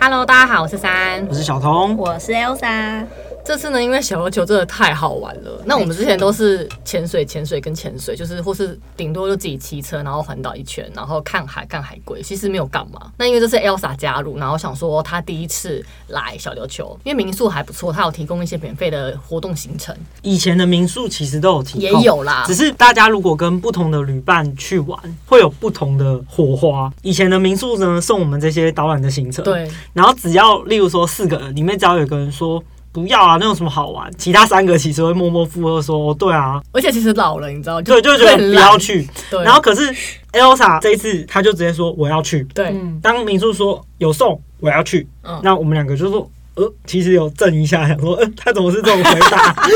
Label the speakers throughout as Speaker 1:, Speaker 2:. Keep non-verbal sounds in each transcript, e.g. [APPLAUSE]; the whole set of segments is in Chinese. Speaker 1: Hello，大家好，我是三
Speaker 2: 我。是小童，
Speaker 3: 我是 Elsa，
Speaker 1: 这次呢，因为小琉球真的太好玩了。那我们之前都是潜水、潜水跟潜水，就是或是顶多就自己骑车，然后环岛一圈，然后看海、看海龟，其实没有干嘛。那因为这次 Elsa 加入，然后想说她第一次来小琉球，因为民宿还不错，她有提供一些免费的活动行程，
Speaker 2: 以前的民宿其实都有提
Speaker 1: 也
Speaker 2: 供，
Speaker 1: 有啊啦
Speaker 2: 只。是大家如果跟不同的旅伴去玩，会有不同的火花。以前的民宿呢，送我们这些导览的行程，，
Speaker 1: 对，
Speaker 2: 然后只要例如说四个人，里面只要有一个人说。不要啊，那有什么好玩？其他三个其实会默默附和说：“哦，对啊，
Speaker 1: 而且其实老了，你知道，
Speaker 2: 对，就觉得
Speaker 1: 更
Speaker 2: 不
Speaker 1: 懒
Speaker 2: 要。去。”
Speaker 1: 对，
Speaker 2: 然后可是 Elsa 这一次，他就直接说：“我要去。”
Speaker 1: 对，
Speaker 2: 当民宿说有送，我要去，
Speaker 1: 嗯
Speaker 2: 那我们两个就说，呃，其实有震一下，想说，呃，他怎么是这种回
Speaker 1: [LAUGHS]
Speaker 2: 答？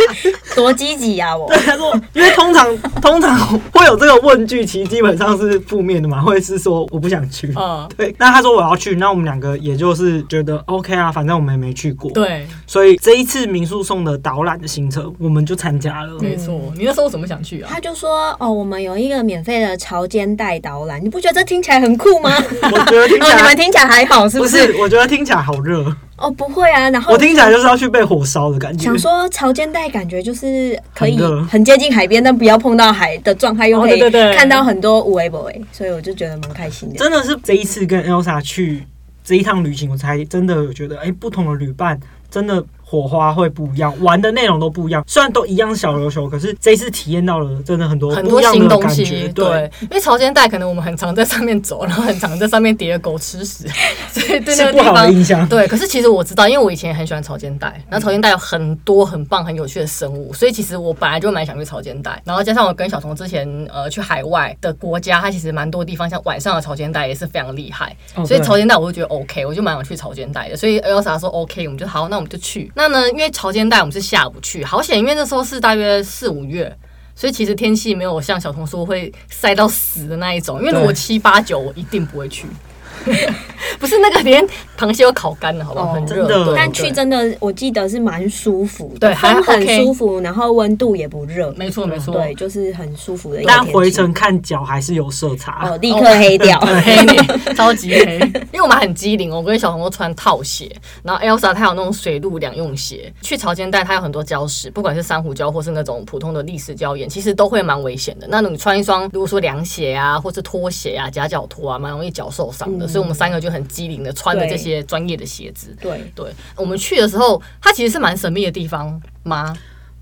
Speaker 3: 多积极啊我
Speaker 2: 对，！他说，因为通常通常会有这个问句，其实基本上是负面的嘛，会是说我不想去。
Speaker 3: 哦
Speaker 1: 嗯，
Speaker 2: [LAUGHS] 对，那他说我要去，那我们两个也就是觉得 OK 啊，反正我们也没去过，，
Speaker 1: 对，
Speaker 2: 所以这一次民宿送的导览的行程，我们就参加了。
Speaker 3: 嗯
Speaker 1: 没错。你那时候怎么想去啊？
Speaker 3: 他就说：“哦，我们有一个免费的潮间带导览，你不觉得这听起来很酷吗？”
Speaker 2: 我觉得听起
Speaker 3: 哦，你
Speaker 2: 来
Speaker 3: 们听起来还好是
Speaker 2: 不
Speaker 3: 不是？
Speaker 2: 是，我觉得听起来好热，
Speaker 3: 哦，不会啊。然后
Speaker 2: 我听起来就是要去被火烧的感觉
Speaker 3: 想。说潮间带感觉就是可以
Speaker 2: 很热
Speaker 3: 很接近海边，但不要碰到海的状态，又可以
Speaker 1: 哦对对对
Speaker 3: 看到很多无为不为，所以我就觉得蛮开心的。
Speaker 2: 真的是这一次跟 Elsa 去这一趟旅行，我才真的有觉得，哎、不同的旅伴真的火花会不一样，玩的内容都不一样。虽然都一样小琉球，可是这一次体验到了真的很多
Speaker 1: 很
Speaker 2: 不
Speaker 1: 多
Speaker 2: 一样
Speaker 1: 新
Speaker 2: 的
Speaker 1: 东
Speaker 2: 感
Speaker 1: 西
Speaker 2: 觉。，
Speaker 1: 对，因为潮间带可能我们很常在上面走，然后很常在上面叠了狗吃屎，所以对那
Speaker 2: 是
Speaker 1: 个
Speaker 2: 不
Speaker 1: 地
Speaker 2: 好的
Speaker 1: 方。
Speaker 2: 印象。
Speaker 1: 对，可是其实我知道，因为我以前也很喜欢潮间带，然后潮间带有很多很棒、很有趣的生物，所以其实我本来就蛮想去潮间带。然后加上我跟小童之前呃去海外的国家，它其实蛮多地方，像晚上的潮间带也是非常厉害。
Speaker 2: 哦
Speaker 1: 所以
Speaker 2: 对
Speaker 1: 潮间带我就觉得 OK，我就蛮想去潮间带的。所以 Elsa 说 OK，我们就好，那我们就去。那呢，因为潮间带我们是下午去，好险，因为那时候是大约四五月。所以其实天气没有像小童说会晒到死的那一种，因为如果
Speaker 2: 对
Speaker 1: 七八九我一定不会去， [LAUGHS] 不是那个连螃蟹都烤干了，好不好？
Speaker 3: 哦
Speaker 1: 很热，
Speaker 2: 真的
Speaker 1: 对
Speaker 3: 但去
Speaker 1: 对
Speaker 3: 真的，我记得是蛮舒服的，
Speaker 1: 对还
Speaker 3: 风很
Speaker 1: OK
Speaker 3: 舒服，然后温度也不热，
Speaker 1: 没错没错，
Speaker 3: 对，就是很舒服的一个
Speaker 2: 但
Speaker 3: 天
Speaker 2: 回
Speaker 3: 气
Speaker 2: 程啊看脚还是有色差。
Speaker 3: 哦，立刻黑掉。
Speaker 2: [LAUGHS]
Speaker 1: 黑呢，超 [LAUGHS] 级黑。因为我们很机灵，我跟小红都穿套鞋，然后 Elsa 她有那种水陆两用鞋。去潮间带它有很多礁石，不管是珊瑚礁或是那种普通的砾石礁岩，其实都会蛮危险的。那你穿一双如果说凉鞋啊，或是拖鞋啊、夹脚拖啊，蛮容易脚受伤
Speaker 2: 嗯
Speaker 1: 的。所以我们三个就很机灵的穿着这些专业的鞋子。
Speaker 3: 对，
Speaker 1: 对，我们去的时候，它其实是蛮神秘的地方吗？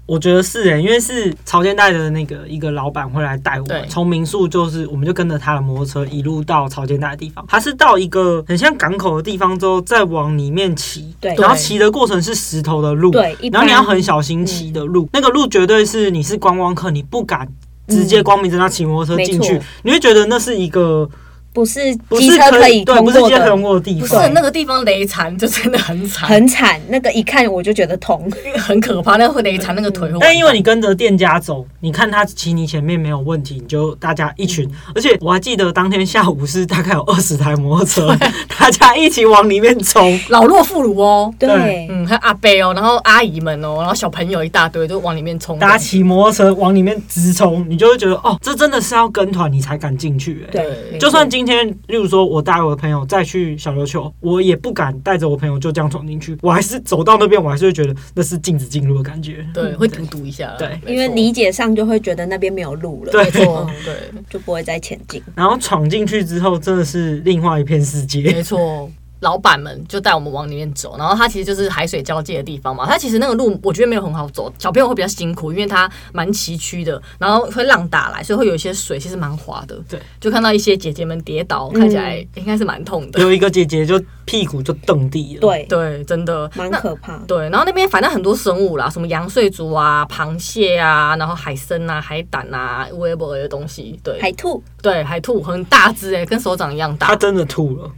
Speaker 2: 我觉得是欸诶、因为是潮间带的那个一个老板会来带我
Speaker 1: 对
Speaker 2: 们，从民宿就是我们就跟着他的摩托车一路到潮间带的地方。他是到一个很像港口的地方之后，再往里面骑，
Speaker 3: 对
Speaker 2: 然后骑的过程是石头的路，
Speaker 3: 对一
Speaker 2: 然
Speaker 3: 般嗯
Speaker 2: 后你要很小心骑的路，那个路绝对是你是观光客，你不敢。直接光明正大骑摩托车进
Speaker 3: 嗯没
Speaker 2: 去
Speaker 3: 错，
Speaker 2: 你会觉得那是一个
Speaker 3: 不是
Speaker 2: 不
Speaker 3: 机
Speaker 2: 是
Speaker 3: 车可以
Speaker 2: 对，
Speaker 3: 通
Speaker 2: 不是
Speaker 3: 过
Speaker 2: 机车可以
Speaker 3: 的
Speaker 2: 通，过的地
Speaker 1: 不是
Speaker 2: 方。
Speaker 1: 那个地方雷残，就真的很惨，
Speaker 3: 很惨。那个一看我就觉得痛，
Speaker 1: 很可怕，那个会雷残，那个腿会。
Speaker 2: 但因为你跟着店家走，你看他骑你前面没有问题，你就大家一群，
Speaker 1: 嗯
Speaker 2: 而且我还记得当天下午是大概有二十台摩
Speaker 1: [LAUGHS]
Speaker 2: 托车，大家一起往里面冲。
Speaker 1: 老弱妇孺哦，
Speaker 3: [LAUGHS] 对，
Speaker 1: 嗯，还有阿伯哦，然后阿姨们哦，然后小朋友一大堆就往里面冲。
Speaker 2: 大家骑摩托车往里面直冲，你就会觉得哦，这真的是要跟团你才敢进去、欸。
Speaker 3: 对
Speaker 1: 对
Speaker 2: 就算今天，例如说我带我的朋友再去小琉球，我也不敢带着我朋友就这样闯进去，我还是走到那边，我还是会觉得那是禁止进入的感觉。
Speaker 1: 对，会嘟嘟一下。
Speaker 2: 嗯对
Speaker 1: 没错
Speaker 3: 因为理解上就会觉得那边没有路
Speaker 2: [LAUGHS]
Speaker 3: 了，
Speaker 2: 对
Speaker 1: 没
Speaker 2: [LAUGHS]
Speaker 1: 错，对，
Speaker 3: 就不会再前进。
Speaker 2: 然后闯进去之后，真的是另外一片世界。
Speaker 1: 没错。老板们就带我们往里面走，然后它其实就是海水交界的地方嘛。它其实那个路我觉得没有很好走，小朋友会比较辛苦，因为它蛮崎岖的，然后会浪打来，所以会有一些水，其实蛮滑的。
Speaker 2: 对，嗯
Speaker 1: 就看到一些姐姐们跌倒，看起来应该是蛮痛的。
Speaker 2: 有一个姐姐就屁股就蹬地了。，
Speaker 3: 对，
Speaker 1: 对，真的
Speaker 3: 蛮
Speaker 1: 那
Speaker 3: 可怕。
Speaker 1: 对，然后那边反正很多生物啦，什么羊睡竹啊、螃蟹啊，然后海参啊、海胆啊、乌龟的东西，对，
Speaker 3: 海兔
Speaker 1: 对海兔很大只哎、跟手掌一样
Speaker 2: 她
Speaker 1: 大。
Speaker 2: 真的吐了。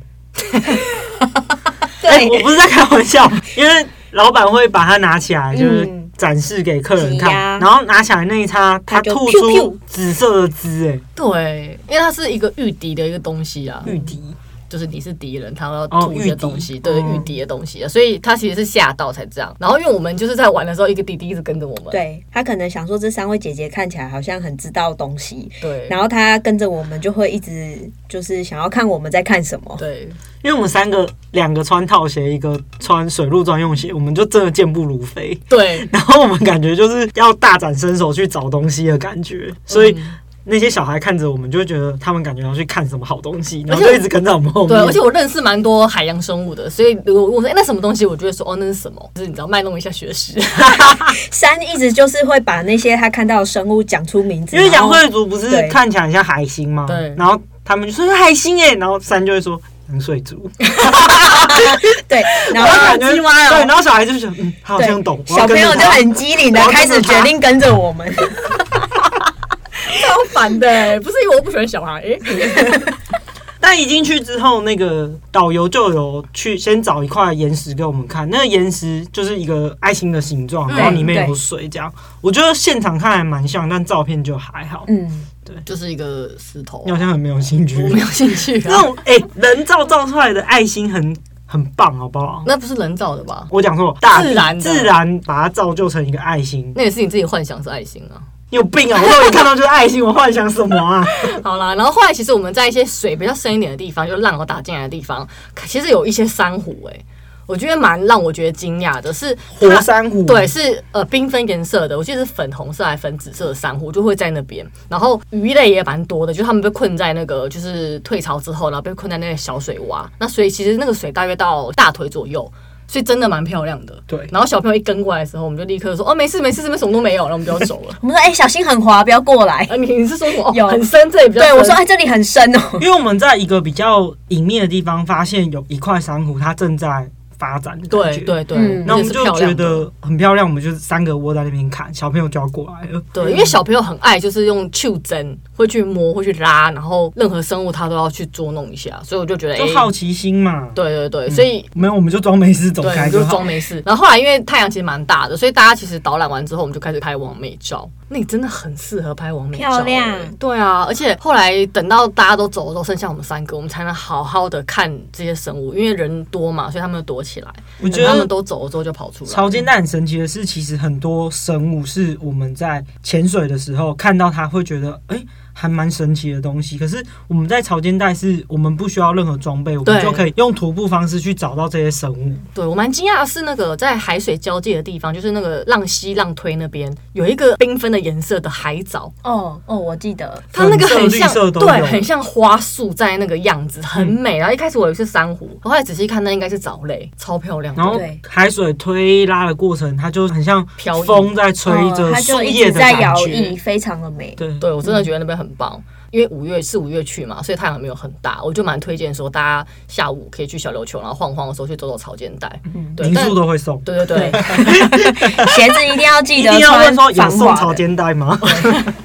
Speaker 3: 对
Speaker 2: 哎我不是在开玩笑，因为老板会把它拿起来，就是
Speaker 3: 嗯
Speaker 2: 展示给客人
Speaker 3: 挤
Speaker 2: 看，
Speaker 3: 压
Speaker 2: 然后拿起来那一刹，它
Speaker 3: 它就
Speaker 2: 吐
Speaker 3: 噗
Speaker 2: 出
Speaker 3: 噗
Speaker 2: 紫色的汁、哎
Speaker 1: 对，因为它是一个玉笛的一个东西啊
Speaker 2: 哎，。玉笛。
Speaker 1: 就是你是敌人，他要
Speaker 2: 哦
Speaker 1: 吐一
Speaker 2: 御
Speaker 1: 些
Speaker 2: 敌
Speaker 1: 东西，对
Speaker 2: 哦
Speaker 1: 御敌的东西，啊所以他其实是吓到才这样。然后因为我们就是在玩的时候，一个弟弟一直跟着我们，
Speaker 3: 对他可能想说这三位姐姐看起来好像很知道东西，
Speaker 1: 对
Speaker 3: 然后他跟着我们就会一直就是想要看我们在看什么。
Speaker 1: 对，
Speaker 2: 因为我们三个两个穿套鞋，一个穿水陆专用鞋，我们就真的健步如飞。 [LAUGHS]
Speaker 1: 对，
Speaker 2: 然后我们感觉就是要大展身手去找东西的感觉，所以
Speaker 1: 嗯
Speaker 2: 那些小孩看着我们，就会觉得他们感觉要去看什么好东西，然后
Speaker 1: 而且
Speaker 2: 就一直跟在我们后
Speaker 1: 对，
Speaker 2: 面。
Speaker 1: 而且我认识蛮多海洋生物的，所以如果我说、诶哎那什么东西，我就会说哦那是什么，就是你知道卖弄一下学识，
Speaker 3: 山一直就是会把那些他看到的生物讲出名字，
Speaker 2: 因为
Speaker 3: 然
Speaker 2: 杨
Speaker 3: 后
Speaker 2: 慧竹不是
Speaker 3: 对
Speaker 2: 看起来很像海星吗？
Speaker 1: 对
Speaker 2: 然后他们就说海星哎、然后三就会说杨水竹， [LAUGHS]
Speaker 3: 对，
Speaker 2: 然
Speaker 3: 然
Speaker 2: 后
Speaker 3: 后
Speaker 2: 感觉
Speaker 1: 鸡蛙哦
Speaker 2: 对，然后小孩就想嗯，他好
Speaker 3: 对
Speaker 2: 像懂，我
Speaker 3: 小
Speaker 2: 要
Speaker 3: 朋
Speaker 2: 跟
Speaker 3: 友
Speaker 2: 着
Speaker 3: 就
Speaker 2: 他
Speaker 3: 很机灵的
Speaker 2: 我要
Speaker 3: 开
Speaker 2: 跟着
Speaker 3: 始决
Speaker 2: 他
Speaker 3: 定跟着我们。
Speaker 1: 超烦的、欸不是因为我不喜欢小 [LAUGHS] 孩，欸诶
Speaker 2: 但一进去之后，那个导游就有去先找一块岩石给我们看，那个岩石就是一个爱心的形状，
Speaker 1: 嗯
Speaker 2: 然后里面有水，这样。我觉得现场看还蛮像，但照片就还好。
Speaker 3: 嗯，
Speaker 1: 就是一个石头啊
Speaker 2: 你，好像很没有兴趣
Speaker 1: 我，没有兴趣
Speaker 2: 那
Speaker 1: 啊，
Speaker 2: 种哎、人造造出来的爱心很很棒，好不好？
Speaker 1: 那不是人造的吧？
Speaker 2: 我讲错了，大地
Speaker 1: 自然的
Speaker 2: 自然把它造就成一个爱心，
Speaker 1: 那也是你自己幻想是爱心啊。
Speaker 2: 你有病啊！我肉眼看到就是爱心，我幻想什么啊？
Speaker 1: 好啦，然后后来其实我们在一些水比较深一点的地方，就浪有打进来的地方，其实有一些珊瑚哎、我觉得蛮让我觉得惊讶的是它，
Speaker 2: 活珊瑚，
Speaker 1: 对，是呃缤纷颜色的，我记得是粉红色还是粉紫色的珊瑚就会在那边，然后鱼类也蛮多的，就是他们被困在那个就是退潮之后，然后被困在那个小水洼，那所以其实那个水大约到大腿左右。所以真的蛮漂亮的，
Speaker 2: 对
Speaker 1: 然后小朋友一跟过来的时候，我们就立刻说：“哦，没事没事，这边什么都没有。”然后我们就要走了。 [LAUGHS]
Speaker 3: 我们说哎、小心很滑，不要过来。
Speaker 1: 啊，你你是说什么？哦，
Speaker 3: 有
Speaker 1: 很深，这里比较
Speaker 3: 对，我
Speaker 1: 深
Speaker 3: 说哎、这里很深哦。
Speaker 2: [LAUGHS] 因为我们在一个比较隐秘的地方发现有一块珊瑚，它正在发展的感
Speaker 1: 对
Speaker 2: 觉。
Speaker 1: 对对，
Speaker 3: 嗯
Speaker 2: 那我们
Speaker 1: 也是
Speaker 2: 就
Speaker 1: 漂
Speaker 2: 觉
Speaker 1: 亮的
Speaker 2: 得很漂亮，我们就是三个窝在那边看，小朋友就要过来了。
Speaker 1: 对，因为小朋友很爱就是用袖针，会去摸，会去拉，然后任何生物他都要去捉弄一下，所以我就觉得
Speaker 2: 就
Speaker 1: 诶
Speaker 2: 好奇心嘛，
Speaker 1: 对对对，所以。
Speaker 2: 没有我们就装没事走
Speaker 1: 对，我
Speaker 2: 开
Speaker 1: 们就
Speaker 2: 好
Speaker 1: 装。没事。然后后来因为太阳其实蛮大的，所以大家其实导览完之后，我们就开始拍完美照。那你真的很适合拍完美照、
Speaker 3: 漂亮
Speaker 1: 欸对啊，而且后来等到大家都走的时候，剩下我们三个，我们才能好好的看这些生物，因为人多嘛，所以他们就躲起来。
Speaker 2: 我觉
Speaker 1: 等他们
Speaker 2: 得
Speaker 1: 都走了之后就跑出来。
Speaker 2: 潮间带很神奇的是，其实很多生物是我们在潜水的时候看到它会觉得，哎、还蛮神奇的东西。可是我们在潮间带是我们不需要任何装备，我
Speaker 1: 对
Speaker 2: 们就可以用徒步方式去找到这些生物。
Speaker 1: 对我蛮惊讶的是，那个在海水交界的地方，就是那个浪溪浪推那边，有一个缤纷的颜色的海藻，
Speaker 3: [LAUGHS] 哦哦，我记得，
Speaker 1: 它那个
Speaker 2: 粉色
Speaker 1: 很像
Speaker 2: 绿色都有
Speaker 1: 对，很像花束在那个样子，很美。然后一开始我以为是珊瑚，我后来仔细看，那应该是藻类，超漂亮的。
Speaker 2: 然后
Speaker 3: 对
Speaker 2: 海水推拉的过程，它就很像
Speaker 1: 飘逸
Speaker 2: 风在吹
Speaker 3: 哦
Speaker 2: 着
Speaker 3: 它
Speaker 2: 树
Speaker 3: 就一
Speaker 2: 叶
Speaker 3: 直
Speaker 2: 的
Speaker 3: 在
Speaker 2: 感
Speaker 3: 摇
Speaker 2: 觉
Speaker 3: 曳，。非常的美。
Speaker 2: 对，
Speaker 1: 对我真的觉得那边很棒，因为五月是五月去嘛，所以太阳没有很大，我就蛮推荐说大家下午可以去小琉球，然后晃晃的时候去走走潮间带。对，
Speaker 2: 嗯民
Speaker 1: 但
Speaker 2: 宿都会送。
Speaker 1: 对对对，
Speaker 3: 鞋子一定要
Speaker 2: [LAUGHS]
Speaker 3: 记
Speaker 2: 一
Speaker 3: 得
Speaker 2: 定要问说
Speaker 3: 穿
Speaker 2: 有
Speaker 3: 防
Speaker 2: 送
Speaker 3: 滑
Speaker 2: 潮
Speaker 3: 的，
Speaker 2: 间带吗？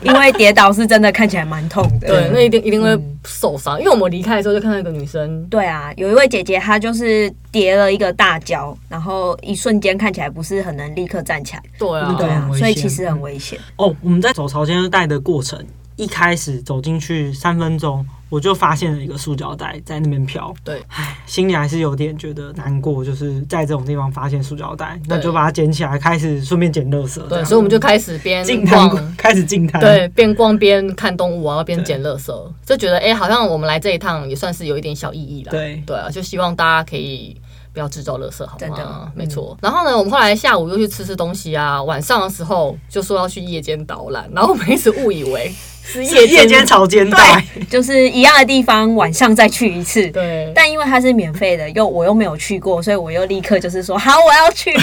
Speaker 3: 因为跌倒是真的看起来蛮痛的。
Speaker 2: [LAUGHS]
Speaker 1: 对，那一定一定会受伤，因为我们离开的时候就看到一个女生，
Speaker 3: 对啊，有一位姐姐她就是跌了一个大跤，然后一瞬间看起来不是很能立刻站起来，
Speaker 1: 对啊，
Speaker 3: 对啊
Speaker 2: 很，危险
Speaker 3: 所以其实很危险。
Speaker 2: 哦，我们在走潮间带的过程，一开始走进去三分钟，我就发现了一个塑胶袋在那边飘。
Speaker 1: 对，
Speaker 2: 唉，心里还是有点觉得难过，就是在这种地方发现塑胶袋，那
Speaker 1: 对
Speaker 2: 就把它捡起来，开始顺便捡垃圾。这
Speaker 1: 对，
Speaker 2: 样
Speaker 1: 所以我们就开始边
Speaker 2: 啊进
Speaker 1: 逛
Speaker 2: 滩，，开始进滩。，
Speaker 1: 对，边逛边看动物啊，然后边捡垃圾，就觉得哎、诶好像我们来这一趟也算是有一点小意义了。
Speaker 2: 对
Speaker 1: 对啊，就希望大家可以。不要制造垃圾好
Speaker 3: 真的嗯
Speaker 1: 吗？没错。然后呢，我们后来下午又去吃吃东西啊，晚上的时候就说要去夜间导览，然后我们一直误以
Speaker 3: [LAUGHS]
Speaker 1: 为是
Speaker 2: 是
Speaker 1: 夜
Speaker 2: 夜间
Speaker 1: 间
Speaker 2: 潮间带。
Speaker 3: 就是一样的地方，晚上再去一次。
Speaker 1: 对，
Speaker 3: 但因为它是免费的，又我又没有去过，所以我又立刻就是说好，我要去。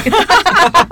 Speaker 2: [LAUGHS]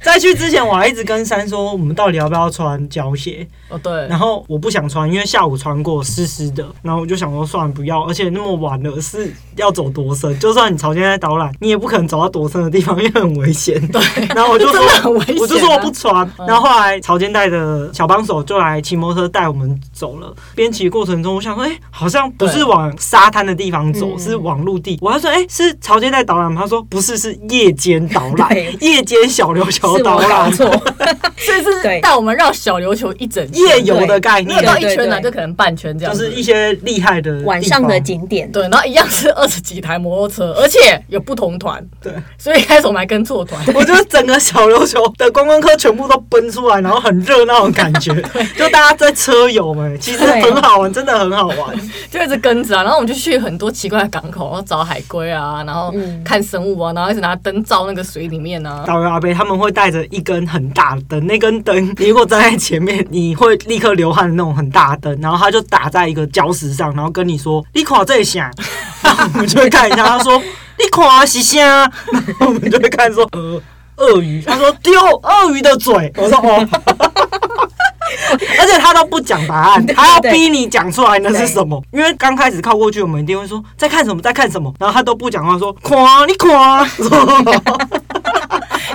Speaker 2: 在去之前，我还一直跟珊说，我们到底要不要穿胶鞋？
Speaker 1: 哦对
Speaker 2: 然后我不想穿，因为下午穿过湿湿的，然后我就想说算了不要，而且那么晚了是要走多深？就算你潮间在导览，你也不可能走到多深的地方，因为很
Speaker 1: [LAUGHS]
Speaker 2: 危险。对，然后我就说
Speaker 1: 真的很危险啊
Speaker 2: 我就说我不穿。然后后来潮间带的小帮手就来骑摩摩托车带我们走了。边骑的过程中，我想说，哎、好像不是
Speaker 1: 对
Speaker 2: 往沙滩的地方走，
Speaker 3: 嗯
Speaker 2: 是往陆地。我还说，哎、是潮间带导
Speaker 1: [LAUGHS]
Speaker 2: 览吗？他说不是，是夜间导览
Speaker 3: 对，
Speaker 2: 夜间小琉球
Speaker 3: 是
Speaker 2: 导
Speaker 3: 我搞
Speaker 2: 览，
Speaker 3: 错， [LAUGHS]
Speaker 1: 所以是
Speaker 3: 对
Speaker 1: 带我们绕小琉球一整圈
Speaker 2: 夜游的概
Speaker 1: 没有
Speaker 2: 念，
Speaker 1: 到一
Speaker 3: 对对
Speaker 1: 圈呢，
Speaker 3: 对
Speaker 1: 就可能半圈这样
Speaker 2: 就
Speaker 1: 子。
Speaker 2: 是一些厉害的地
Speaker 3: 晚上的
Speaker 2: 方
Speaker 3: 景点，
Speaker 1: 对，然后一样是二十几台摩托车，而且有不同团，
Speaker 2: 对。
Speaker 1: 所以一开始我们还跟错团。 [LAUGHS]
Speaker 2: 我觉得整个小琉球的观光客全部都奔出来，然后很热闹的感
Speaker 3: [LAUGHS]
Speaker 2: 觉，就大家在车友们，其实很好玩，真的很好玩。
Speaker 1: 就一直跟着啊，然后我们就去很多奇怪的港口，然后找海龟啊，然后
Speaker 3: 嗯
Speaker 1: 看生物啊，然后一直拿灯照那个水里面啊。
Speaker 2: 导游阿贝他们会带着一根很大的灯，那根灯你如果站在前面，你会立刻流汗的那种很大的灯，然后他就打在一个礁石上，然后跟你说：“你看这下。”然后我们就会看一下，他说：“你看是虾。”然后我们就会看说：“呃。”鳄鱼，他说丢鳄鱼的嘴，我说哦， [LAUGHS] 而且他都不讲答案，
Speaker 3: 对
Speaker 2: 他要
Speaker 3: 对
Speaker 2: 逼你讲出来那是什么？因为刚开始靠过去，我们一定会说在看什么，在看什么，然后他都不讲话，说看啊你看 [LAUGHS] 啊，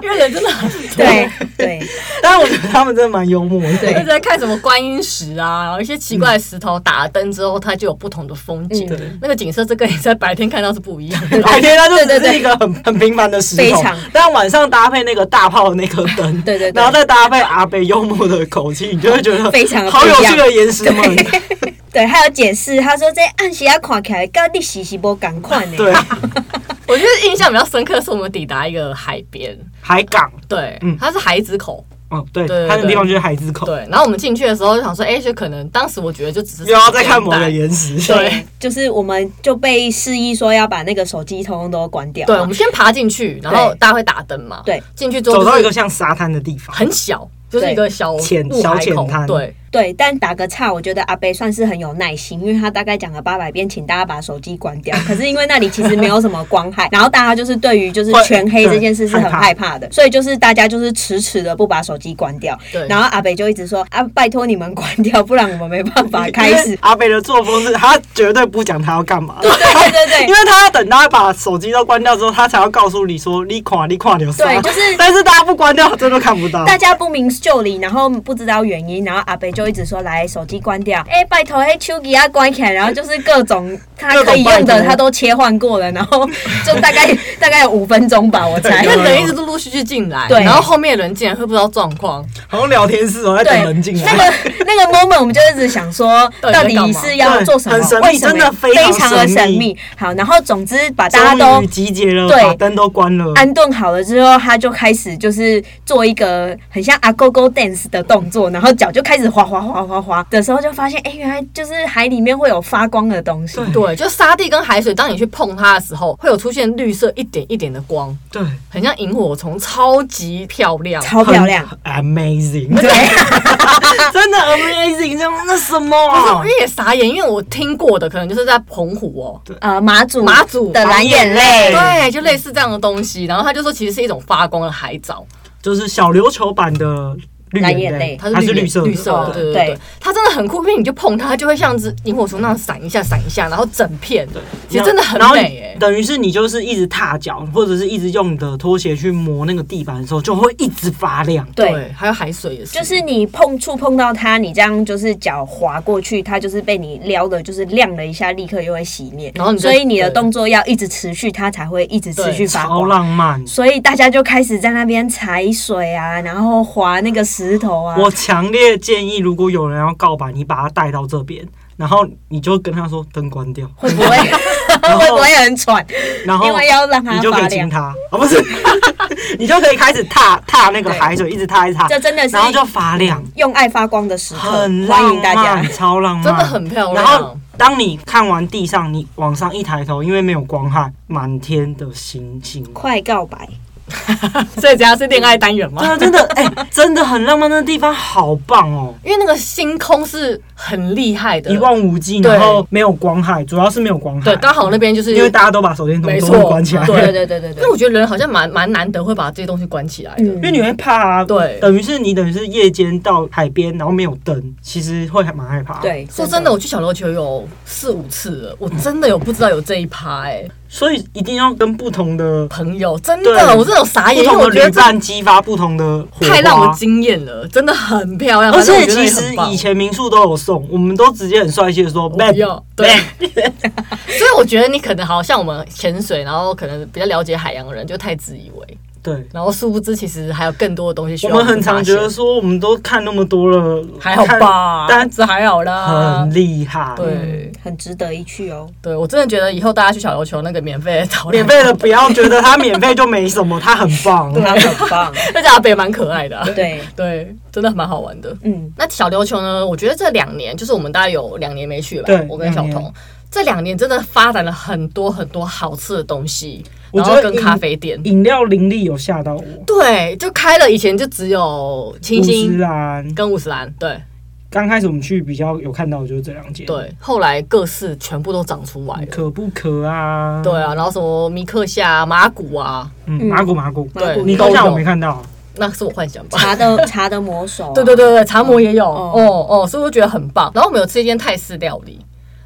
Speaker 1: 因为人真的很多，
Speaker 3: 对对
Speaker 2: [LAUGHS] 但是我觉得他们真的蛮幽默的。
Speaker 3: 对
Speaker 1: 一直在看什么观音石啊，然后一些奇怪的石头，打了灯之后，它就有不同的风景。
Speaker 2: 嗯对
Speaker 1: 那个景色，这跟你在白天看到是不一样的。
Speaker 2: 白天它就
Speaker 3: 对
Speaker 2: 只
Speaker 3: 对
Speaker 2: 是
Speaker 3: 对
Speaker 2: 一个很 [LAUGHS] 很平凡的石
Speaker 3: 非
Speaker 2: 头
Speaker 3: 常，
Speaker 2: 但晚上搭配那个大炮的那颗灯，
Speaker 3: [LAUGHS] 对对对
Speaker 2: 然后再搭配阿北幽默的口气，你就会觉得
Speaker 3: [LAUGHS] 非常的
Speaker 2: 好
Speaker 3: 不一
Speaker 2: 有
Speaker 3: 样
Speaker 2: 趣的岩石们。
Speaker 3: 对，还有解释，他说这暗时啊看起来跟你时是无同款呢。
Speaker 2: 对，
Speaker 1: [LAUGHS] 我觉得印象比较深刻是我们抵达一个海边，
Speaker 2: 海港，
Speaker 1: 对，
Speaker 2: 嗯
Speaker 1: 它是海子口，
Speaker 2: 哦，对
Speaker 1: 对，对
Speaker 2: 它那地方就是海之口，
Speaker 1: 对。然后我们进去的时候就想说，哎、就可能当时我觉得就只是
Speaker 2: 又要再看某
Speaker 1: 我
Speaker 2: 个岩石。
Speaker 1: 对。
Speaker 3: 就是我们就被示意说要把那个手机通通都关掉。
Speaker 1: 对，我们先爬进去，然后大家会打灯嘛。
Speaker 3: 对，
Speaker 1: 进去之后
Speaker 2: 走
Speaker 1: 就
Speaker 2: 到
Speaker 1: 是
Speaker 2: 一个像沙滩的地方，
Speaker 1: 很小，就是一个小
Speaker 2: 浅
Speaker 1: 雾
Speaker 2: 小
Speaker 1: 海
Speaker 2: 浅
Speaker 1: 口
Speaker 2: 滩
Speaker 1: 对，
Speaker 3: 对，但打个岔，我觉得阿贝算是很有耐心，因为他大概讲了八百遍，请大家把手机关掉。可是因为那里其实没有什么光害，然后大家就是对于就是
Speaker 2: 会
Speaker 3: 全黑这件事是
Speaker 2: 对
Speaker 3: 很
Speaker 2: 害怕
Speaker 3: 害怕的，所以就是大家就是迟迟的不把手机关掉。
Speaker 1: 对
Speaker 3: 然后阿北就一直说啊，拜托你们关掉，不然我们没办法开
Speaker 2: 因 [LAUGHS] 为
Speaker 3: 始。
Speaker 2: 阿北的作风是，他绝对不讲他要干嘛，
Speaker 3: 对对对
Speaker 2: [LAUGHS] 因为他要等大家把手机都关掉之后，他才要告诉你说你垮你垮流沙。
Speaker 3: 对就是
Speaker 2: [LAUGHS] 但是大家不关掉，真的看不到。
Speaker 3: 大家不明就里，然后不知道原因，然后阿北就一直说来手机关掉，哎、拜托，哎，手机要关起来，然后就是各种他可
Speaker 2: 各种
Speaker 3: 以用
Speaker 2: 拜
Speaker 3: 的
Speaker 2: 托
Speaker 3: 他都切换过了，然后就大概大概有五分钟吧，我猜
Speaker 1: 因。为
Speaker 2: 对
Speaker 1: 人一直陆陆续续进来，
Speaker 3: 哎对
Speaker 1: 然后后面人进来会不知道状
Speaker 3: [LAUGHS]
Speaker 1: 况，
Speaker 2: 好像聊天室哦，在
Speaker 3: 对，
Speaker 2: 等人进
Speaker 3: 那
Speaker 2: 来。
Speaker 3: 个那个 moment，我们就一直想说，
Speaker 1: 到底
Speaker 3: 到
Speaker 1: 在
Speaker 3: 底
Speaker 1: 干嘛
Speaker 3: 是要做什
Speaker 2: 对
Speaker 3: 么？
Speaker 2: 很神秘
Speaker 3: 为什么
Speaker 2: 真的非
Speaker 3: 非
Speaker 2: 常
Speaker 3: 的神
Speaker 2: 神秘
Speaker 3: 秘。好，然后总之把大家
Speaker 2: [LAUGHS] 终
Speaker 3: 都
Speaker 2: 于集结了，
Speaker 3: 对
Speaker 2: 把灯都关
Speaker 1: 嗯
Speaker 2: 了。
Speaker 3: 安顿好了之后，他就开始就是做一个很像阿勾勾 dance 的动作，然后脚就开始滑滑滑滑滑的时候，就发现哎、原来就是海里面会有发光的东西。
Speaker 1: 对，就沙地跟海水，当你去碰它的时候，会有出现绿色一点一点的光，
Speaker 2: 对，
Speaker 1: 很像萤火虫，超级漂亮。
Speaker 3: 超漂亮，
Speaker 2: 很，amazing，
Speaker 3: [LAUGHS] 对，
Speaker 2: 真的 amazing，这样那什么
Speaker 1: 不是，我
Speaker 2: 啊？
Speaker 1: 也傻眼，因为我听过的可能就是在澎湖哦，
Speaker 3: 呃，马祖
Speaker 1: 马祖
Speaker 3: 的蓝眼泪，
Speaker 1: 对，就类似这样的东西。然后他就说，其实是一种发光的海藻，
Speaker 2: 就是小琉球版的绿
Speaker 3: 蓝
Speaker 2: 眼
Speaker 3: 眼
Speaker 2: 泪，
Speaker 3: 泪
Speaker 1: 它
Speaker 2: 它是
Speaker 1: 绿
Speaker 2: 色的，
Speaker 1: 绿色的，
Speaker 2: 对
Speaker 1: 对对
Speaker 3: 哦对
Speaker 1: 对，它真的很酷，因为你就碰它，它就会像只萤火虫那样闪一下闪一下，然后整片，其实真的很
Speaker 2: 然后
Speaker 1: 美哎。
Speaker 2: 等于是你就是一直踏脚，或者是一直用你的拖鞋去磨那个地板的时候，就会一直发亮。
Speaker 3: 对。，
Speaker 1: 还有海水也是，
Speaker 3: 就是你碰触碰到它，你这样就是脚滑过去，它就是被你撩的，就是亮了一下，立刻又会熄灭。
Speaker 1: 然后你就
Speaker 3: 所以你的
Speaker 1: 对
Speaker 3: 动作要一直持续，它才会一直持续发
Speaker 2: 超
Speaker 3: 光。嗯
Speaker 2: 浪漫！
Speaker 3: 所以大家就开始在那边踩水啊，然后划那个石头啊。
Speaker 2: 我强烈建议，如果有人要告白，你把他带到这边，然后你就跟他说灯关掉，
Speaker 3: 会
Speaker 2: [LAUGHS]
Speaker 3: [LAUGHS] 不会
Speaker 2: 然
Speaker 3: 会不
Speaker 2: 后
Speaker 3: 会很喘？
Speaker 2: 然后
Speaker 3: 因为要让它
Speaker 2: 你就可以
Speaker 3: 发
Speaker 2: 亲
Speaker 3: 亮。
Speaker 2: 他啊，不是， [LAUGHS] 你就可以开始踏踏那个海水，一直踏一直踏，
Speaker 3: 这真的是
Speaker 2: 然后就发亮，
Speaker 3: 用爱发光的时
Speaker 1: 嗯
Speaker 3: 刻，
Speaker 2: 很
Speaker 3: 欢
Speaker 2: 浪
Speaker 3: 迎大家
Speaker 2: 漫，。超浪漫，
Speaker 1: 真的很漂亮
Speaker 2: 然后当你看完地上，你往上一抬头，因为没有光害，满天的星星。
Speaker 3: 快
Speaker 2: [LAUGHS]
Speaker 3: 告白，
Speaker 1: 所以这样是恋爱单元
Speaker 2: 真
Speaker 1: 吗？
Speaker 2: 的
Speaker 1: [LAUGHS]
Speaker 2: 真的哎、真的很浪漫，那地方好棒哦，
Speaker 1: 因为那个星空是很厉害的
Speaker 2: 一，望无际，
Speaker 1: 对
Speaker 2: 然后没有光害，主要是没有光害。
Speaker 1: 对，刚好那边就是
Speaker 2: 因为大家都把手电筒
Speaker 1: 没
Speaker 2: 都
Speaker 1: 错
Speaker 2: 关起来，
Speaker 1: 对
Speaker 3: 对对对对
Speaker 1: 因为我觉得人好像蛮蛮难得会把这些东西关起来的，
Speaker 3: 嗯
Speaker 2: 因为你会怕啊。
Speaker 1: 对
Speaker 2: 等于是你等于是夜间到海边，然后没有灯，其实会还蛮害怕。，
Speaker 3: 对，
Speaker 1: 说真的，，我去小琉球有四五次了，我真的有不知道有这一趴哎、
Speaker 2: 所以一定要跟不同的
Speaker 1: 朋友，真
Speaker 2: 对
Speaker 1: 的，我啊真的有傻
Speaker 2: 不
Speaker 1: 眼，因为
Speaker 2: 同
Speaker 1: 我
Speaker 2: 的
Speaker 1: 觉得
Speaker 2: 旅
Speaker 1: 这
Speaker 2: 伴激发不同的火花。
Speaker 1: 太让我惊艳了，真的很漂亮。
Speaker 2: 而
Speaker 1: 反正
Speaker 2: 且
Speaker 1: 我觉得
Speaker 2: 其
Speaker 1: 也
Speaker 2: 实
Speaker 1: 很棒
Speaker 2: 以前民宿都有送，我们都直接很帅气的说
Speaker 1: 我不
Speaker 2: “bang”，
Speaker 1: 要对， [LAUGHS] 所以我觉得你可能好像我们潜水，然后可能比较了解海洋的人就太自以为，
Speaker 2: 对。
Speaker 1: 然后殊不知其实还有更多的东西需
Speaker 2: 我
Speaker 1: 要
Speaker 2: 们
Speaker 1: 们
Speaker 2: 很常觉得说，我们都看那么多了，
Speaker 1: 还 [LAUGHS] 好吧，
Speaker 2: 看
Speaker 1: 这还好
Speaker 2: 但
Speaker 1: 啦
Speaker 2: 很。厉害。
Speaker 1: 对
Speaker 3: 很值得一去哦。
Speaker 1: 对，我真的觉得以后大家去小琉球那个免费的导览
Speaker 2: 免费的，不要觉得它免费就没什么，它很
Speaker 1: [LAUGHS]
Speaker 2: 棒。
Speaker 3: 它
Speaker 2: [LAUGHS]
Speaker 3: 很棒，
Speaker 1: 那家阿北蛮可爱的啊、
Speaker 3: 对，
Speaker 1: 对，真的蛮好玩的。
Speaker 3: 嗯，
Speaker 1: 那小琉球呢？我觉得这两年，就是我们大概有两年没去了吧。
Speaker 2: 对
Speaker 1: 我跟小
Speaker 2: 两
Speaker 1: 童
Speaker 2: 年
Speaker 1: 这两年真的发展了很多很多好吃的东西，
Speaker 2: 我
Speaker 1: 然
Speaker 2: 觉
Speaker 1: 后
Speaker 2: 得
Speaker 1: 跟
Speaker 2: 饮
Speaker 1: 咖啡店。
Speaker 2: 饮料林立有吓到我，
Speaker 1: 对，就开了，以前就只有清
Speaker 2: 乌斯
Speaker 1: 新
Speaker 2: 兰
Speaker 1: 跟五十兰，对
Speaker 2: 刚开始我们去比较有看到的就是这两间，，
Speaker 1: 对，后来各式全部都长出来了。
Speaker 2: 可不可啊？
Speaker 1: 对，啊，然后什么米克夏啊、马古啊，
Speaker 2: 嗯，
Speaker 3: 嗯
Speaker 2: 麻古麻古，
Speaker 3: 麻
Speaker 1: 对，
Speaker 3: 古
Speaker 2: 你
Speaker 1: 都
Speaker 2: 刚下
Speaker 1: 有
Speaker 2: 我没看到，
Speaker 1: 那是我幻想吧。
Speaker 2: [LAUGHS]
Speaker 3: 茶的茶的魔手、啊
Speaker 1: 对对，对对，茶魔也有，
Speaker 3: 哦
Speaker 1: 哦哦，所以我觉得很棒。然后我们有吃一间泰式料理，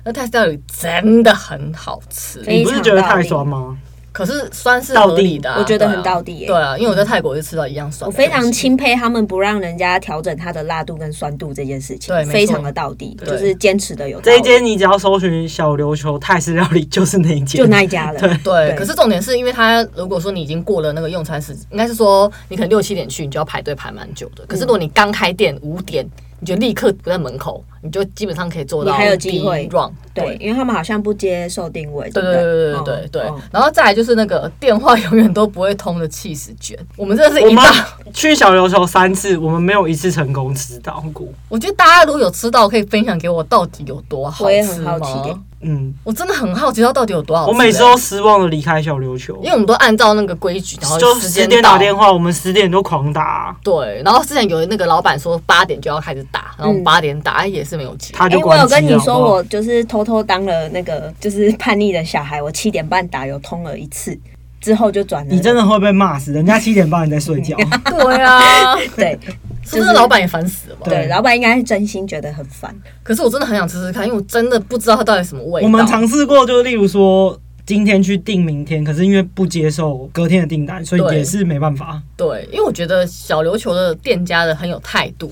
Speaker 1: 那泰式料理真的很好吃，
Speaker 3: 非
Speaker 2: 你
Speaker 3: 常
Speaker 2: 不是觉得太酸吗？
Speaker 1: 可是酸是合理的啊、
Speaker 3: 我觉得
Speaker 1: 对啊
Speaker 3: 很到底耶
Speaker 1: 对啊，因为我在泰国就吃到一样酸
Speaker 3: 我
Speaker 1: 的东
Speaker 3: 非
Speaker 1: 西，
Speaker 3: 常钦佩他们不让人家调整它的辣度跟酸度这件事情，
Speaker 1: 对没错
Speaker 3: 非常的到底，
Speaker 1: 对
Speaker 3: 就是坚持的有道
Speaker 2: 这
Speaker 3: 理
Speaker 2: 一间你只要搜寻小琉球泰式料理，就是那一间，
Speaker 3: 就那一家了，
Speaker 2: 对
Speaker 1: 对，
Speaker 3: 对
Speaker 1: 可是重点是因为它，如果说你已经过了那个用餐时，应该是说你可能六七点去，你就要排队排蛮久的。可是如果你刚开店五点，你就立刻不在门口，你就基本上可以做到
Speaker 3: 你还有
Speaker 1: 第一
Speaker 3: 机会
Speaker 1: round。
Speaker 3: 对，因为他们好像不接受定位，
Speaker 1: 对
Speaker 3: 不
Speaker 1: 对对对
Speaker 3: 哦
Speaker 1: 对对
Speaker 3: 哦，
Speaker 1: 然后再来就是那个电话永远都不会通的气死卷，我们真的是
Speaker 2: 我
Speaker 1: 一
Speaker 2: 们
Speaker 1: 大，
Speaker 2: 去小琉球三次，我们没有一次成功吃到过。
Speaker 1: 我觉得大家如果有吃到，可以分享给我到底有多好
Speaker 3: 我也
Speaker 1: 吃
Speaker 3: 很
Speaker 1: 吗
Speaker 3: 好？奇耶
Speaker 2: 嗯，
Speaker 1: 我真的很好奇它到底有多好吃
Speaker 2: 我
Speaker 1: 欸。
Speaker 2: 每次都失望的离开小琉球
Speaker 1: 因，为我们都按照那个规矩，然后
Speaker 2: 就
Speaker 1: 时
Speaker 2: 十
Speaker 1: 间
Speaker 2: 点
Speaker 1: 到
Speaker 2: 打电话，我们十点都狂打，
Speaker 1: 对，然后之前有那个老板说八点就要开始打，然后
Speaker 3: 嗯
Speaker 1: 八点打、哎也是没有
Speaker 3: [LAUGHS]
Speaker 1: 接。
Speaker 2: 他
Speaker 3: 哎、
Speaker 2: 就
Speaker 3: 我
Speaker 2: 关机
Speaker 3: 有
Speaker 2: 了。
Speaker 3: 跟你说，
Speaker 2: 好不好
Speaker 3: 我就是偷偷当了那个就是叛逆的小孩，我七点半打有通了一次，之后就转了。
Speaker 2: 你真的会被骂死，人家七点半你在睡觉。
Speaker 1: 对啊，是
Speaker 3: 对
Speaker 1: 不 [LAUGHS] 是那老板也烦死了吧？
Speaker 2: 对
Speaker 3: 对，老板应该是真心觉得很烦。
Speaker 1: 可是我真的很想吃吃看，因为我真的不知道它到底什么味道。
Speaker 2: 我们尝试过，就例如说今天去订明天，可是因为不接受隔天的订单，所以
Speaker 1: 对
Speaker 2: 也是没办法。
Speaker 1: 对，因为我觉得小琉球的店家的很有态度。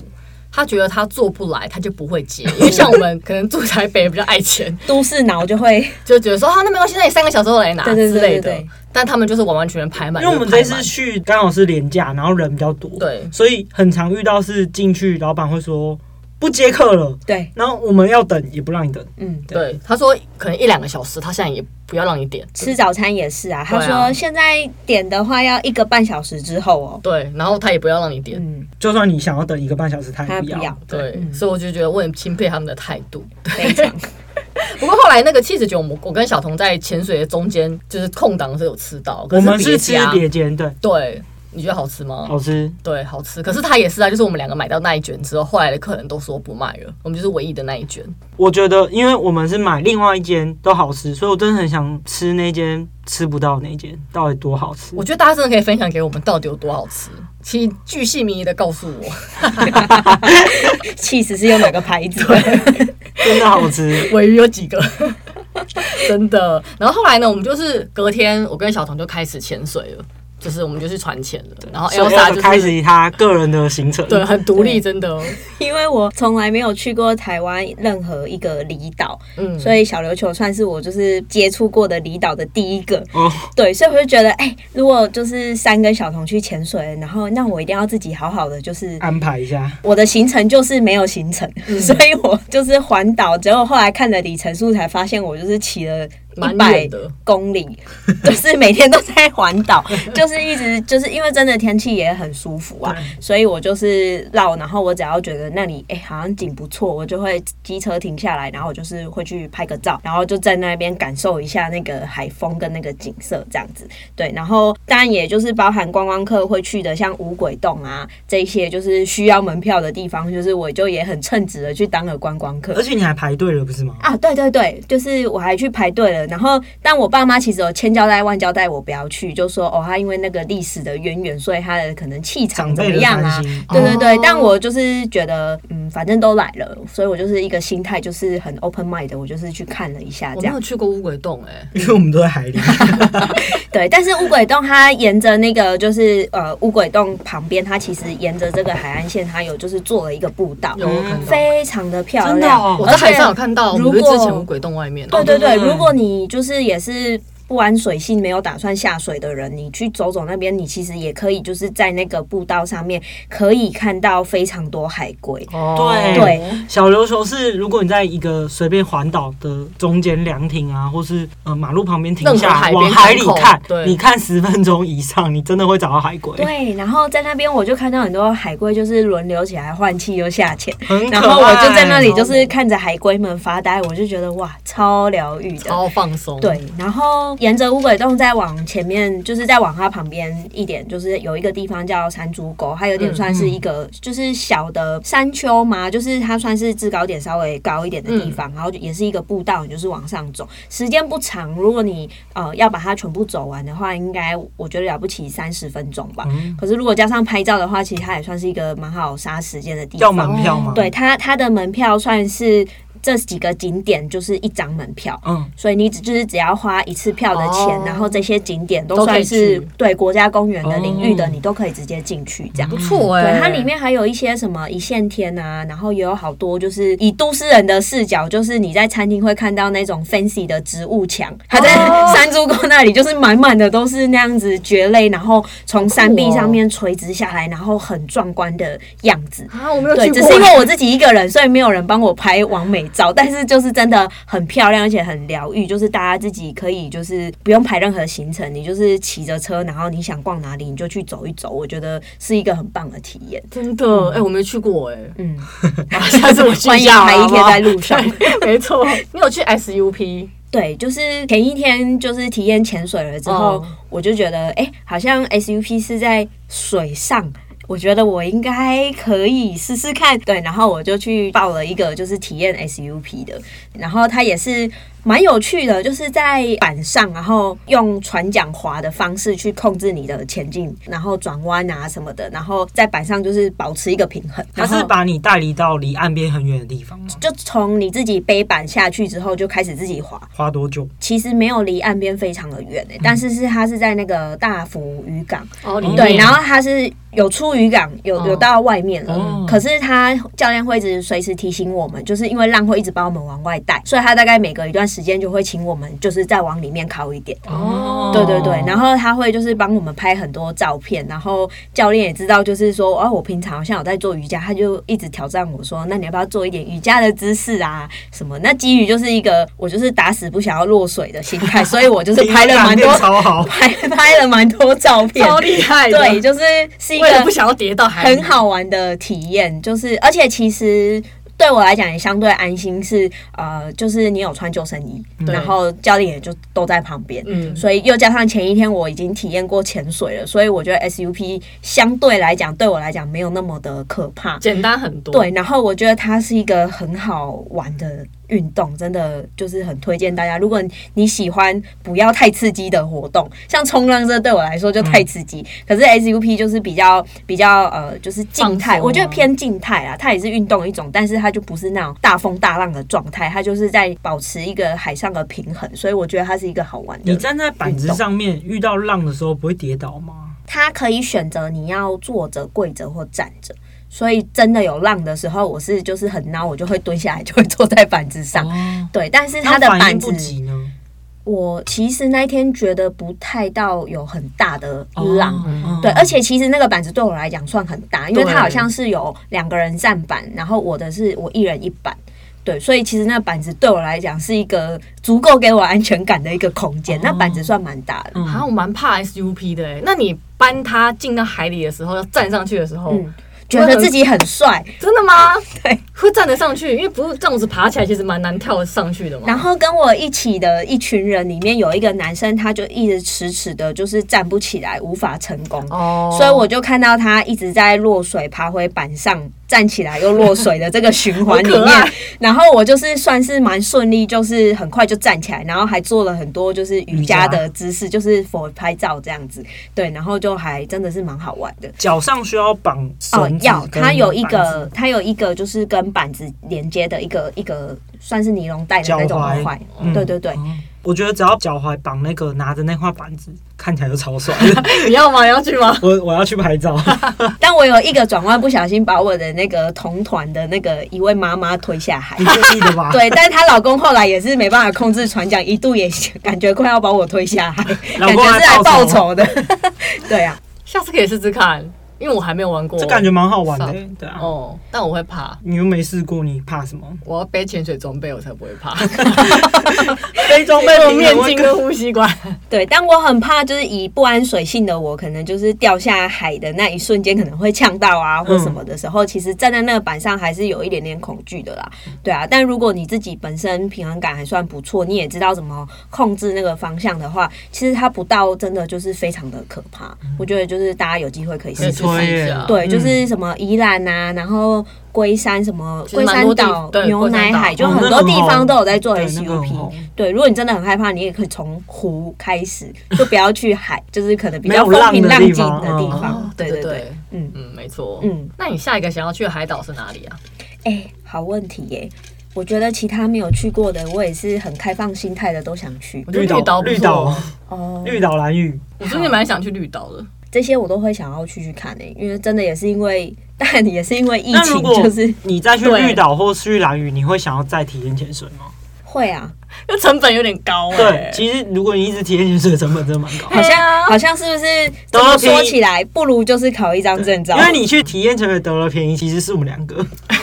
Speaker 1: 他觉得他做不来，他就不会接。因为像我们可能住台北比较爱钱，
Speaker 3: 都市脑就会 [LAUGHS]
Speaker 1: 就觉得说啊，那没关系，那你三个小时后来拿
Speaker 3: 对对
Speaker 1: 之
Speaker 3: 对
Speaker 1: 类
Speaker 3: 对
Speaker 1: 的
Speaker 3: 对。
Speaker 1: 但他们就是完完全全排满，
Speaker 2: 因为我们
Speaker 1: 就
Speaker 2: 这
Speaker 1: 是
Speaker 2: 次
Speaker 1: 排满
Speaker 2: 去刚好是廉价，然后人比较多，
Speaker 1: 对
Speaker 2: 所以很常遇到是进去老板会说不接客了，
Speaker 3: 对，
Speaker 2: 然后我们要等也不让你等，
Speaker 3: 嗯，
Speaker 1: 对他说可能一两个小时，他现在也不要让你点。
Speaker 3: 吃早餐也是啊。他
Speaker 1: 对啊
Speaker 3: 说现在点的话要一个半小时之后哦。
Speaker 1: 对，然后他也不要让你点。
Speaker 3: 嗯，
Speaker 2: 就算你想要等一个半小时，他也
Speaker 3: 他
Speaker 2: 不
Speaker 3: 不
Speaker 2: 要。
Speaker 3: 要，
Speaker 1: 对，所以我就觉得我很钦佩他们的态度。
Speaker 3: 非常
Speaker 1: 不过后来那个七十九，我们我跟小童在潜水的中间就是空档的时候有吃到，可
Speaker 2: 我们
Speaker 1: 是
Speaker 2: 是吃
Speaker 1: 家
Speaker 2: 别哦间，对，
Speaker 1: 对。你觉得好吃吗？
Speaker 2: 好吃。
Speaker 1: 对，好吃。可是它也是啊，就是我们两个买到那一卷之后，后来的客人都说不卖了，我们就是唯一的那一卷。
Speaker 2: 我觉得，因为我们是买另外一间都好吃，所以我真的很想吃那间吃不到那间，到底多好吃
Speaker 1: 我？觉得大家真的可以分享给我们到底有多好吃，请巨细靡遗的告诉我。
Speaker 3: 气死是用哪个牌子？
Speaker 2: 真的好
Speaker 1: [LAUGHS]
Speaker 2: 吃。
Speaker 1: 尾鱼有几个？ [LAUGHS] 真的。然后后来呢，我们就是隔天，我跟小童就开始潜水了，就是我们就去船潜了。然后
Speaker 2: 所以
Speaker 1: Elsa
Speaker 2: 要
Speaker 1: 就是
Speaker 2: 开始他个人的行程，
Speaker 1: 对，很独立，
Speaker 3: 对
Speaker 1: 真的。
Speaker 3: 因为我从来没有去过台湾任何一个离岛，
Speaker 1: 嗯，
Speaker 3: 所以小琉球算是我就是接触过的离岛的第一个。
Speaker 2: 哦，
Speaker 3: 对，所以我就觉得，哎、如果就是三跟小童去潜水，然后那我一定要自己好好的，就是
Speaker 2: 安排一下。
Speaker 3: 我的行程就是没有行程，
Speaker 1: 嗯
Speaker 3: 所以我就是环岛。结果后来看了里程数，才发现我就是骑了
Speaker 1: 蛮
Speaker 3: 一百
Speaker 1: 远的
Speaker 3: 公里， [LAUGHS] 就是每天都在环岛，就是一直就是因为真的天气也很舒服啊，所以我就是绕。然后我只要觉得那里哎、好像景不错，我就会机车停下来，然后我就是会去拍个照，然后就在那边感受一下那个海风跟那个景色这样子。对，然后当然也就是包含观光客会去的，像五鬼洞啊这一些，就是需要门票的地方，就是我就也很称职的去当了观光客
Speaker 2: 而。且你还排队了，不是吗？
Speaker 3: 啊，对对对，就是我还去排队了，的。然后，但我爸妈其实有千交代万交代我不要去，就说哦，他因为那个历史的渊源，所以他的可能气场
Speaker 2: 长
Speaker 3: 怎
Speaker 2: 辈
Speaker 3: 么
Speaker 2: 的
Speaker 3: 样啊
Speaker 2: 担？心，
Speaker 3: 对对对，
Speaker 1: 哦
Speaker 3: 但我就是觉得，嗯，反正都来了，所以我就是一个心态，就是很 open mind 的，我就是去看了一下
Speaker 1: 我
Speaker 3: 这
Speaker 1: 没
Speaker 3: 样。
Speaker 1: 有去过乌鬼洞哎、
Speaker 2: 因为我们都在海里，
Speaker 3: 对，但是乌鬼洞它沿着那个就是呃乌鬼洞旁边，它其实沿着这个海岸线，它有就是做了一个步道，
Speaker 1: 有我
Speaker 2: 嗯
Speaker 1: 看到。
Speaker 3: 非常的漂
Speaker 2: 真的
Speaker 3: 亮。
Speaker 2: 哦
Speaker 1: 我在海上有看到，我们就是
Speaker 3: 如果
Speaker 1: 之前乌鬼洞外面。啊
Speaker 3: 对对对，
Speaker 2: 对
Speaker 3: 如果你就是也是不玩水性、没有打算下水的人，你去走走那边，你其实也可以就是在那个步道上面可以看到非常多海龟。
Speaker 1: 哦
Speaker 2: 对
Speaker 3: 对，
Speaker 2: 小琉球是，如果你在一个随便环岛的中间凉亭啊，或是呃马路旁边停
Speaker 1: 任何
Speaker 2: 下
Speaker 1: 海
Speaker 2: 来，
Speaker 1: 边
Speaker 2: 往海里
Speaker 1: 港口
Speaker 2: 看，
Speaker 1: 对
Speaker 2: 你看十分钟以上，你真的会找到海龟，
Speaker 3: 对，然后在那边我就看到很多海龟，就是轮流起来换气又下潜，
Speaker 2: 很可爱。哦
Speaker 3: 然后我就在那里就是看着海龟们发呆，我就觉得哇，超疗愈的。
Speaker 1: 超放松。
Speaker 3: 对，然后沿着乌鬼洞再往前面，就是再往它旁边一点，就是有一个地方叫山猪沟，它有
Speaker 2: 嗯
Speaker 3: 点算是一个就是小的山丘嘛，就是它算是制高点稍微高一点的
Speaker 2: 嗯
Speaker 3: 地方，然后就也是一个步道，你就是往上走，时间不长，如果你呃要把它全部走完的话，应该我觉得了不起三十分钟吧。
Speaker 2: 嗯
Speaker 3: 可是如果加上拍照的话，其实它也算是一个蛮好杀时间的地
Speaker 2: 要
Speaker 3: 方。
Speaker 2: 门票
Speaker 1: 嗯
Speaker 2: 吗？
Speaker 3: 对，它它的门票算是这几个景点就是一张门票。
Speaker 2: 嗯，
Speaker 3: 所以你只就是只要花一次票的钱，
Speaker 1: 哦
Speaker 3: 然后这些景点都
Speaker 1: 都可
Speaker 3: 算
Speaker 1: 以
Speaker 3: 是
Speaker 1: 去
Speaker 3: 对国家公园的领域的，
Speaker 2: 哦
Speaker 3: 你都可以直接进去这样
Speaker 1: 不。错哎、
Speaker 3: 对，它里面还有一些什么一线天啊，然后也有好多就是以都市人的视角，就是你在餐厅会看到那种 fancy 的植物墙，它在
Speaker 1: 哦
Speaker 3: [LAUGHS] 山猪沟那里就是满满的都是那样子蕨类，然后从山壁上面垂直下来，然后很壮观的样子。
Speaker 1: 啊，我没有
Speaker 3: 对，
Speaker 1: 去
Speaker 3: 只
Speaker 1: 过。
Speaker 3: 是
Speaker 1: [LAUGHS]
Speaker 3: 因为我自己一个人，所以没有人帮我拍完美照，但是就是真的很漂亮，而且很疗愈。就是大家自己可以就是不用排任何行程，你就是骑着车，然后你想逛哪里你就去走一走，我觉得是一个很棒的体验。
Speaker 1: 真的哎、我没去过哎、
Speaker 3: 嗯，
Speaker 1: [LAUGHS] 啊下次我去
Speaker 3: 欢
Speaker 1: 一
Speaker 3: 迎
Speaker 1: 下
Speaker 3: 排一天
Speaker 1: 好不好
Speaker 3: 在路上。
Speaker 1: [LAUGHS] 对没
Speaker 3: [LAUGHS]
Speaker 1: 错，你有去 SUP？
Speaker 3: 对，就是前一天就是体验潜水了之
Speaker 2: 嗯
Speaker 3: 后，
Speaker 1: 哦
Speaker 3: 我就觉得，哎、好像 SUP 是在水上。我觉得我应该可以试试看，对，然后我就去报了一个就是体验 SUP 的，然后它也是蛮有趣的，就是在板上，然后用船桨划的方式去控制你的前进，然后转弯啊什么的，然后在板上就是保持一个平衡。
Speaker 2: 它
Speaker 3: 然
Speaker 2: 是
Speaker 3: 后
Speaker 2: 把你带离到离岸边很远的地方吗？
Speaker 3: 就从你自己背板下去之后，就开始自己划，
Speaker 2: 花多久？
Speaker 3: 其实没有离岸边非常的远、欸但是是它是在那个大福渔港，
Speaker 1: 哦，里面
Speaker 3: 对，然后它是有出渔港，有
Speaker 1: 哦
Speaker 3: 有到外面了，
Speaker 2: 哦
Speaker 3: 可是它教练会一直随时提醒我们，就是因为浪会一直把我们往外带，所以他大概每隔一段时间就会请我们就是再往里面靠一点。
Speaker 1: 哦
Speaker 3: 对对对，然后他会就是帮我们拍很多照片，然后教练也知道，就是说，啊，我平常好像有在做瑜伽，他就一直挑战我说，那你要不要做一点瑜伽的姿势啊？什么？那基于就是一个我就是打死不想要落水的心
Speaker 1: [LAUGHS]
Speaker 3: 态，所以我 [LAUGHS] 就是拍了蛮
Speaker 2: 第一
Speaker 3: 多，
Speaker 2: 感觉超好
Speaker 3: [LAUGHS] 拍拍了蛮多照片，
Speaker 1: 超厉害的，
Speaker 3: 对，，就是是一
Speaker 1: 我也不
Speaker 3: 个
Speaker 1: 想要跌到海，
Speaker 3: 很。好玩的体验，就是而且其实。对我来讲也相对安心是，呃，就是你有穿救生衣，
Speaker 1: 对
Speaker 3: 然后教练也就都在旁边，
Speaker 1: 嗯，
Speaker 3: 所以又加上前一天我已经体验过潜水了，所以我觉得 SUP 相对来讲对我来讲没有那么的可怕。
Speaker 1: 简单很多。
Speaker 3: 对，然后我觉得它是一个很好玩的运动，真的就是很推荐大家。如果你喜欢不要太刺激的活动，像冲浪这对我来说就
Speaker 1: 嗯
Speaker 3: 太刺激，可是 SUP 就是比较比较呃，就是静
Speaker 1: 放
Speaker 3: 态，
Speaker 1: 松啊
Speaker 3: 我觉得偏静态啦，它也是运动的一种，但是它就不是那种大风大浪的状态，它就是在保持一个海上的平衡，所以我觉得它是一个好玩的。
Speaker 2: 你站在板子上面遇到浪的时候不会跌倒吗？
Speaker 3: 它可以选择你要坐着、跪着或站着。所以真的有浪的时候，我是就是很孬，我就会蹲下来，就会坐在板子上。
Speaker 2: 哦，
Speaker 3: 对，但是
Speaker 2: 那
Speaker 3: 它的
Speaker 2: 反
Speaker 3: 板
Speaker 2: 应
Speaker 3: 子
Speaker 2: 不，急呢？
Speaker 3: 我其实那一天觉得不太到有很大的
Speaker 2: 哦
Speaker 3: 浪。
Speaker 2: 嗯
Speaker 3: 对，而呃且其实那个板子对我来讲算很大，因为
Speaker 1: 对
Speaker 3: 它好像是有两个人站板，然后我的是我一人一板。对，所以其实那个板子对我来讲是一个足够给我安全感的一个空
Speaker 2: 哦
Speaker 3: 间。那板子算蛮大
Speaker 2: 嗯
Speaker 3: 的，
Speaker 1: 啊，我蛮怕 SUP 的哎。那你搬它进到海里的时候，要站上去的时候，
Speaker 3: 嗯觉得自己很帅，
Speaker 1: 真的 [LAUGHS] 吗？
Speaker 3: 对，
Speaker 1: 会站得上去，因为不是这样子爬起来，其实蛮难跳得上去的嘛。
Speaker 3: 然后跟我一起的一群人里面有一个男生，他就一直迟迟的，就是站不起来，无法成功。
Speaker 1: 哦
Speaker 3: 所以我就看到他一直在落水爬回板上站起来又落水的这个循环里
Speaker 1: 好可
Speaker 3: 面
Speaker 1: 爱。
Speaker 3: 然后我就是算是蛮顺利，就是很快就站起来，然后还做了很多就是瑜伽的姿势，就是否拍照这样子。对，然后就还真的是蛮好玩的。
Speaker 2: 脚上需要绑
Speaker 3: 哦
Speaker 2: 绳，子
Speaker 3: 要
Speaker 2: 跟
Speaker 3: 它有一
Speaker 2: 板
Speaker 3: 个
Speaker 2: 子，
Speaker 3: 它有一个就是跟板子连接的一个一个算是尼龙带的那
Speaker 2: 脚
Speaker 3: 种
Speaker 2: 踝
Speaker 3: 环
Speaker 2: 嗯，
Speaker 3: 对对对，
Speaker 2: 我觉得只要脚踝绑那个拿着那块板子，看起来就超帅 [LAUGHS] 的。
Speaker 1: 你要吗？你要去吗？
Speaker 2: 我我要去拍照，
Speaker 3: 但我有一个转弯，不小心把我的那个同团的那个一位妈妈推下海
Speaker 2: 你。故意的吧？
Speaker 3: 对，但是她老公后来也是没办法控制船桨，一度也 [LAUGHS] 感觉快要把我推下海，
Speaker 2: 老
Speaker 3: 感
Speaker 2: 公
Speaker 3: 觉
Speaker 2: 还
Speaker 3: 是来
Speaker 2: 报
Speaker 3: 报
Speaker 2: 仇
Speaker 3: 仇的。 [LAUGHS] 对啊，
Speaker 1: [LAUGHS] 下次可以试试看，因为我还没有玩过。
Speaker 2: 这感觉蛮好玩的，对啊。
Speaker 1: 哦，但我会怕，
Speaker 2: 你又没试过，你怕什么？
Speaker 1: 我要背潜水装备，我才不会怕。 [LAUGHS]
Speaker 2: 非洲
Speaker 1: 背我面镜跟呼吸管，
Speaker 3: 对，但我很怕，就是以不安水性的我，可能就是掉下海的那一瞬间，可能会呛到啊，或什么的时候，其实站在那个板上还是有一点点恐惧的啦。对啊，但如果你自己本身平衡感还算不错，你也知道怎么控制那个方向的话，其实它不到真的就是非常的可怕。我觉得就是大家有机会可以试
Speaker 1: 没
Speaker 2: 很
Speaker 3: 试
Speaker 1: 错
Speaker 2: 推
Speaker 3: 看。
Speaker 2: 耶
Speaker 1: 嗯，
Speaker 3: 对，就是什么宜兰啊，然后龟山什么
Speaker 1: 其实
Speaker 3: 龟
Speaker 1: 蛮
Speaker 3: 山
Speaker 1: 多地
Speaker 3: 岛
Speaker 1: 对、
Speaker 3: 牛
Speaker 1: 龟山
Speaker 3: 奶
Speaker 1: 岛
Speaker 3: 海，就
Speaker 2: 哦
Speaker 3: 很
Speaker 2: 那
Speaker 3: 多
Speaker 2: 很
Speaker 3: 地
Speaker 2: 红
Speaker 3: 方都有在做
Speaker 2: 对那个很
Speaker 3: SUP
Speaker 2: 红。
Speaker 3: 对，如果你真的很害怕，你也可以从湖开始，就不要去海，就是可能比
Speaker 2: 没
Speaker 3: 较
Speaker 2: 有
Speaker 3: 风
Speaker 2: 浪
Speaker 3: 平
Speaker 2: 的
Speaker 3: 浪
Speaker 2: 地
Speaker 3: 静
Speaker 2: 方
Speaker 3: 的地
Speaker 2: 嗯
Speaker 3: 方。
Speaker 1: [LAUGHS] 哦
Speaker 3: 对
Speaker 1: 对
Speaker 3: 对，
Speaker 1: 对，
Speaker 3: 嗯
Speaker 1: 嗯，没错。
Speaker 3: 嗯，
Speaker 1: 那你下一个想要去的海岛是哪里啊？
Speaker 3: 哎、好问题耶、我觉得其他没有去过的，我也是很开放心态的，都想去
Speaker 1: 我。觉
Speaker 2: 绿
Speaker 1: 得绿
Speaker 2: 岛
Speaker 1: 岛不
Speaker 2: 绿
Speaker 1: 错
Speaker 2: 岛
Speaker 3: 哦，
Speaker 2: 绿岛蓝屿，
Speaker 1: 我最近蛮想去绿岛的。
Speaker 3: 这些我都会想要去去看诶、因为真的也是因为，但也是因为疫
Speaker 2: 那如
Speaker 3: 情，
Speaker 2: 果
Speaker 3: 就是
Speaker 2: 你再去
Speaker 1: 对
Speaker 2: 绿岛或去蓝屿，你会想要再体验潜水吗？
Speaker 3: 会啊，
Speaker 1: 那成本有点高哎、
Speaker 2: 对，其实如果你一直体验潜水，成本真的蛮
Speaker 3: [LAUGHS]
Speaker 2: 高的。
Speaker 1: 对
Speaker 3: 好像、
Speaker 1: 啊
Speaker 3: 好像是不是？
Speaker 2: 都
Speaker 3: 怎么
Speaker 2: 便宜
Speaker 3: 说起来，不如就是考一张证照，
Speaker 2: 因为你去体验潜水得了便宜，其实是我们两个 [LAUGHS]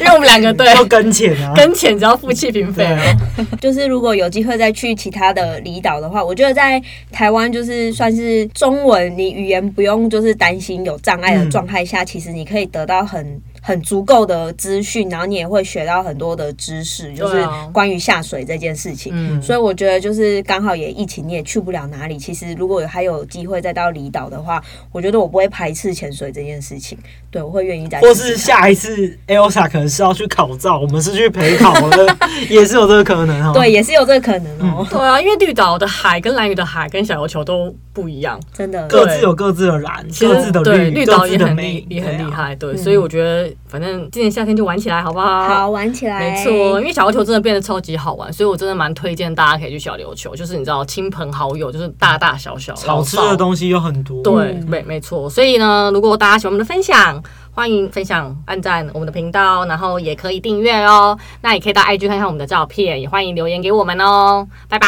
Speaker 1: 因为我们两个对
Speaker 2: 都跟潜啊，
Speaker 1: 跟钱只要付气瓶费
Speaker 2: 对
Speaker 1: 了
Speaker 2: 啊，
Speaker 3: 就是如果有机会再去其他的离岛的话，我觉得在台湾就是算是中文，你语言不用就是担心有障碍的
Speaker 2: 嗯
Speaker 3: 状态下，其实你可以得到很。很足够的资讯，然后你也会学到很多的知识，就是
Speaker 1: 对啊
Speaker 3: 关于下水这件事情。
Speaker 1: 嗯，
Speaker 3: 所以我觉得就是刚好也疫情，你也去不了哪里。其实如果还有机会再到离岛的话，我觉得我不会排斥潜水这件事情，对我会愿意再试
Speaker 2: 或
Speaker 3: 试看。
Speaker 2: 是下一次 Elsa 可能是要去考照，我们是 [LAUGHS] 去陪考了，也是有这个可能
Speaker 1: 哦
Speaker 2: 哈。
Speaker 3: 对，，也是有这个可能哦、
Speaker 1: 对啊，因为绿岛的海跟蓝屿的海跟小琉球都不一样，
Speaker 3: 真的。
Speaker 2: 各自有各自的蓝，
Speaker 1: 其
Speaker 2: 各自
Speaker 1: 实
Speaker 2: 的
Speaker 1: 对
Speaker 2: 绿，各
Speaker 1: 岛
Speaker 2: 自
Speaker 1: 也
Speaker 2: 的
Speaker 1: 很
Speaker 2: 美
Speaker 1: 厉，也很
Speaker 2: 对啊
Speaker 1: 厉。害，对，所以我觉得反正今年夏天就玩起来好不好？
Speaker 3: 好，玩起来。
Speaker 1: 没错，因为小琉球真的变得超级好玩，所以我真的蛮推荐大家可以去小琉球，就是你知道亲朋好友，就是大大小小
Speaker 2: 好吃的
Speaker 1: 西。
Speaker 2: 东西有很多，
Speaker 1: 对，
Speaker 3: 嗯
Speaker 1: 没没错。所以呢，如果大家喜欢我们的分享，欢迎分享、按赞我们的频道，然后也可以订阅哦。那也可以到 IG 看看我们的照片，也欢迎留言给我们哦。拜拜。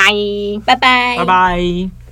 Speaker 3: 拜拜，
Speaker 2: 拜拜。